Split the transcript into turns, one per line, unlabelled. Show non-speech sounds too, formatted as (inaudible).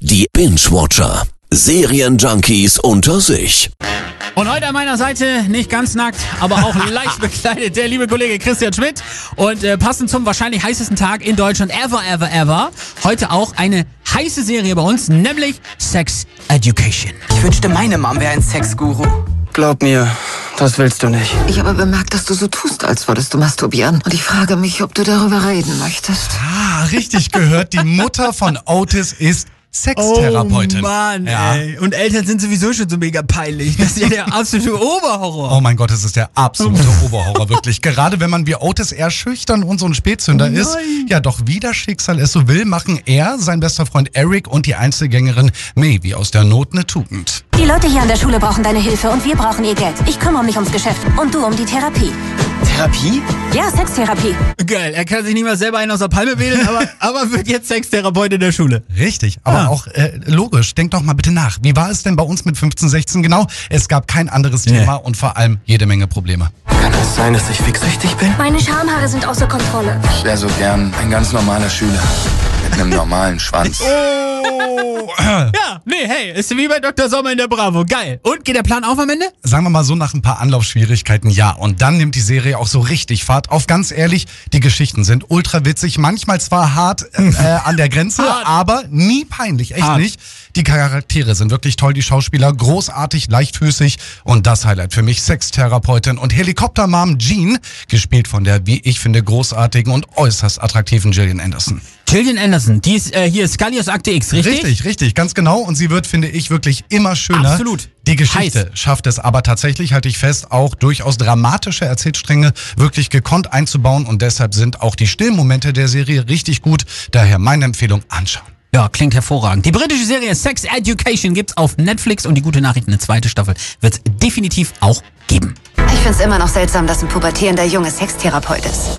Die Binge-Watcher. Serienjunkies unter sich.
Und heute an meiner Seite, nicht ganz nackt, aber (laughs) auch leicht bekleidet, der liebe Kollege Christian Schmidt. Und äh, passend zum wahrscheinlich heißesten Tag in Deutschland ever, ever, ever, heute auch eine heiße Serie bei uns, nämlich Sex Education.
Ich wünschte, meine Mom wäre ein Sexguru.
Glaub mir, das willst du nicht.
Ich habe bemerkt, dass du so tust, als würdest du masturbieren. Und ich frage mich, ob du darüber reden möchtest.
Ah, richtig gehört. Die Mutter von Otis ist Sextherapeutin.
Oh Mann,
ja.
ey. Und Eltern sind sowieso schon so mega peinlich. Das ist ja der absolute Oberhorror.
Oh mein Gott, das ist der absolute
Oh.
Oberhorror, wirklich. Gerade wenn man wie Otis eher schüchtern und so ein Spätzünder
Oh
ist, ja doch wie das Schicksal es so will, machen er, sein bester Freund Eric und die Einzelgängerin Maybe aus der Not eine Tugend.
Die Leute hier an der Schule brauchen deine Hilfe und wir brauchen ihr Geld. Ich kümmere mich ums Geschäft und du um die Therapie.
Therapie?
Ja, Sextherapie.
Geil, er kann sich nicht mal selber einen aus der Palme wählen, (laughs) aber, aber wird jetzt Sextherapeut in der Schule.
Richtig, aber
Ah.
auch äh, logisch. Denk doch mal bitte nach. Wie war es denn bei uns mit 15, 16 genau? Es gab kein anderes Thema und vor allem jede Menge Probleme.
Kann es sein, dass ich fixsüchtig bin?
Meine Schamhaare sind außer Kontrolle.
Ich wäre so gern ein ganz normaler Schüler mit einem normalen Schwanz.
Ja, nee, hey, ist wie bei Dr. Sommer in der Bravo. Geil. Und geht der Plan auf am Ende?
sagen wir mal so, nach ein paar Anlaufschwierigkeiten ja. Und dann nimmt die Serie auch so richtig Fahrt auf. Ganz ehrlich, die Geschichten sind ultra witzig, manchmal zwar hart äh, an der
(laughs)
Grenze,
Hart.
aber nie peinlich, echt
Hart.
nicht. Die Charaktere sind wirklich toll, die Schauspieler großartig, leichtfüßig und das Highlight für mich Sextherapeutin und Helikoptermom Jean, gespielt von der, wie ich finde, großartigen und äußerst attraktiven Gillian Anderson.
Gillian Anderson, die ist äh, hier Scully aus Akte X, richtig?
Richtig, richtig, ganz genau. Und sie wird, finde ich, wirklich immer schöner.
Absolut.
Die Geschichte schafft es aber tatsächlich, halte ich fest, auch durchaus dramatische Erzählstränge wirklich gekonnt einzubauen. Und deshalb sind auch die Stillmomente der Serie richtig gut. Daher meine Empfehlung, anschauen.
Ja, klingt hervorragend. Die britische Serie Sex Education gibt's auf Netflix und die gute Nachricht, eine zweite Staffel wird's definitiv auch geben.
Ich find's immer noch seltsam, dass ein pubertierender Junge Sextherapeut ist.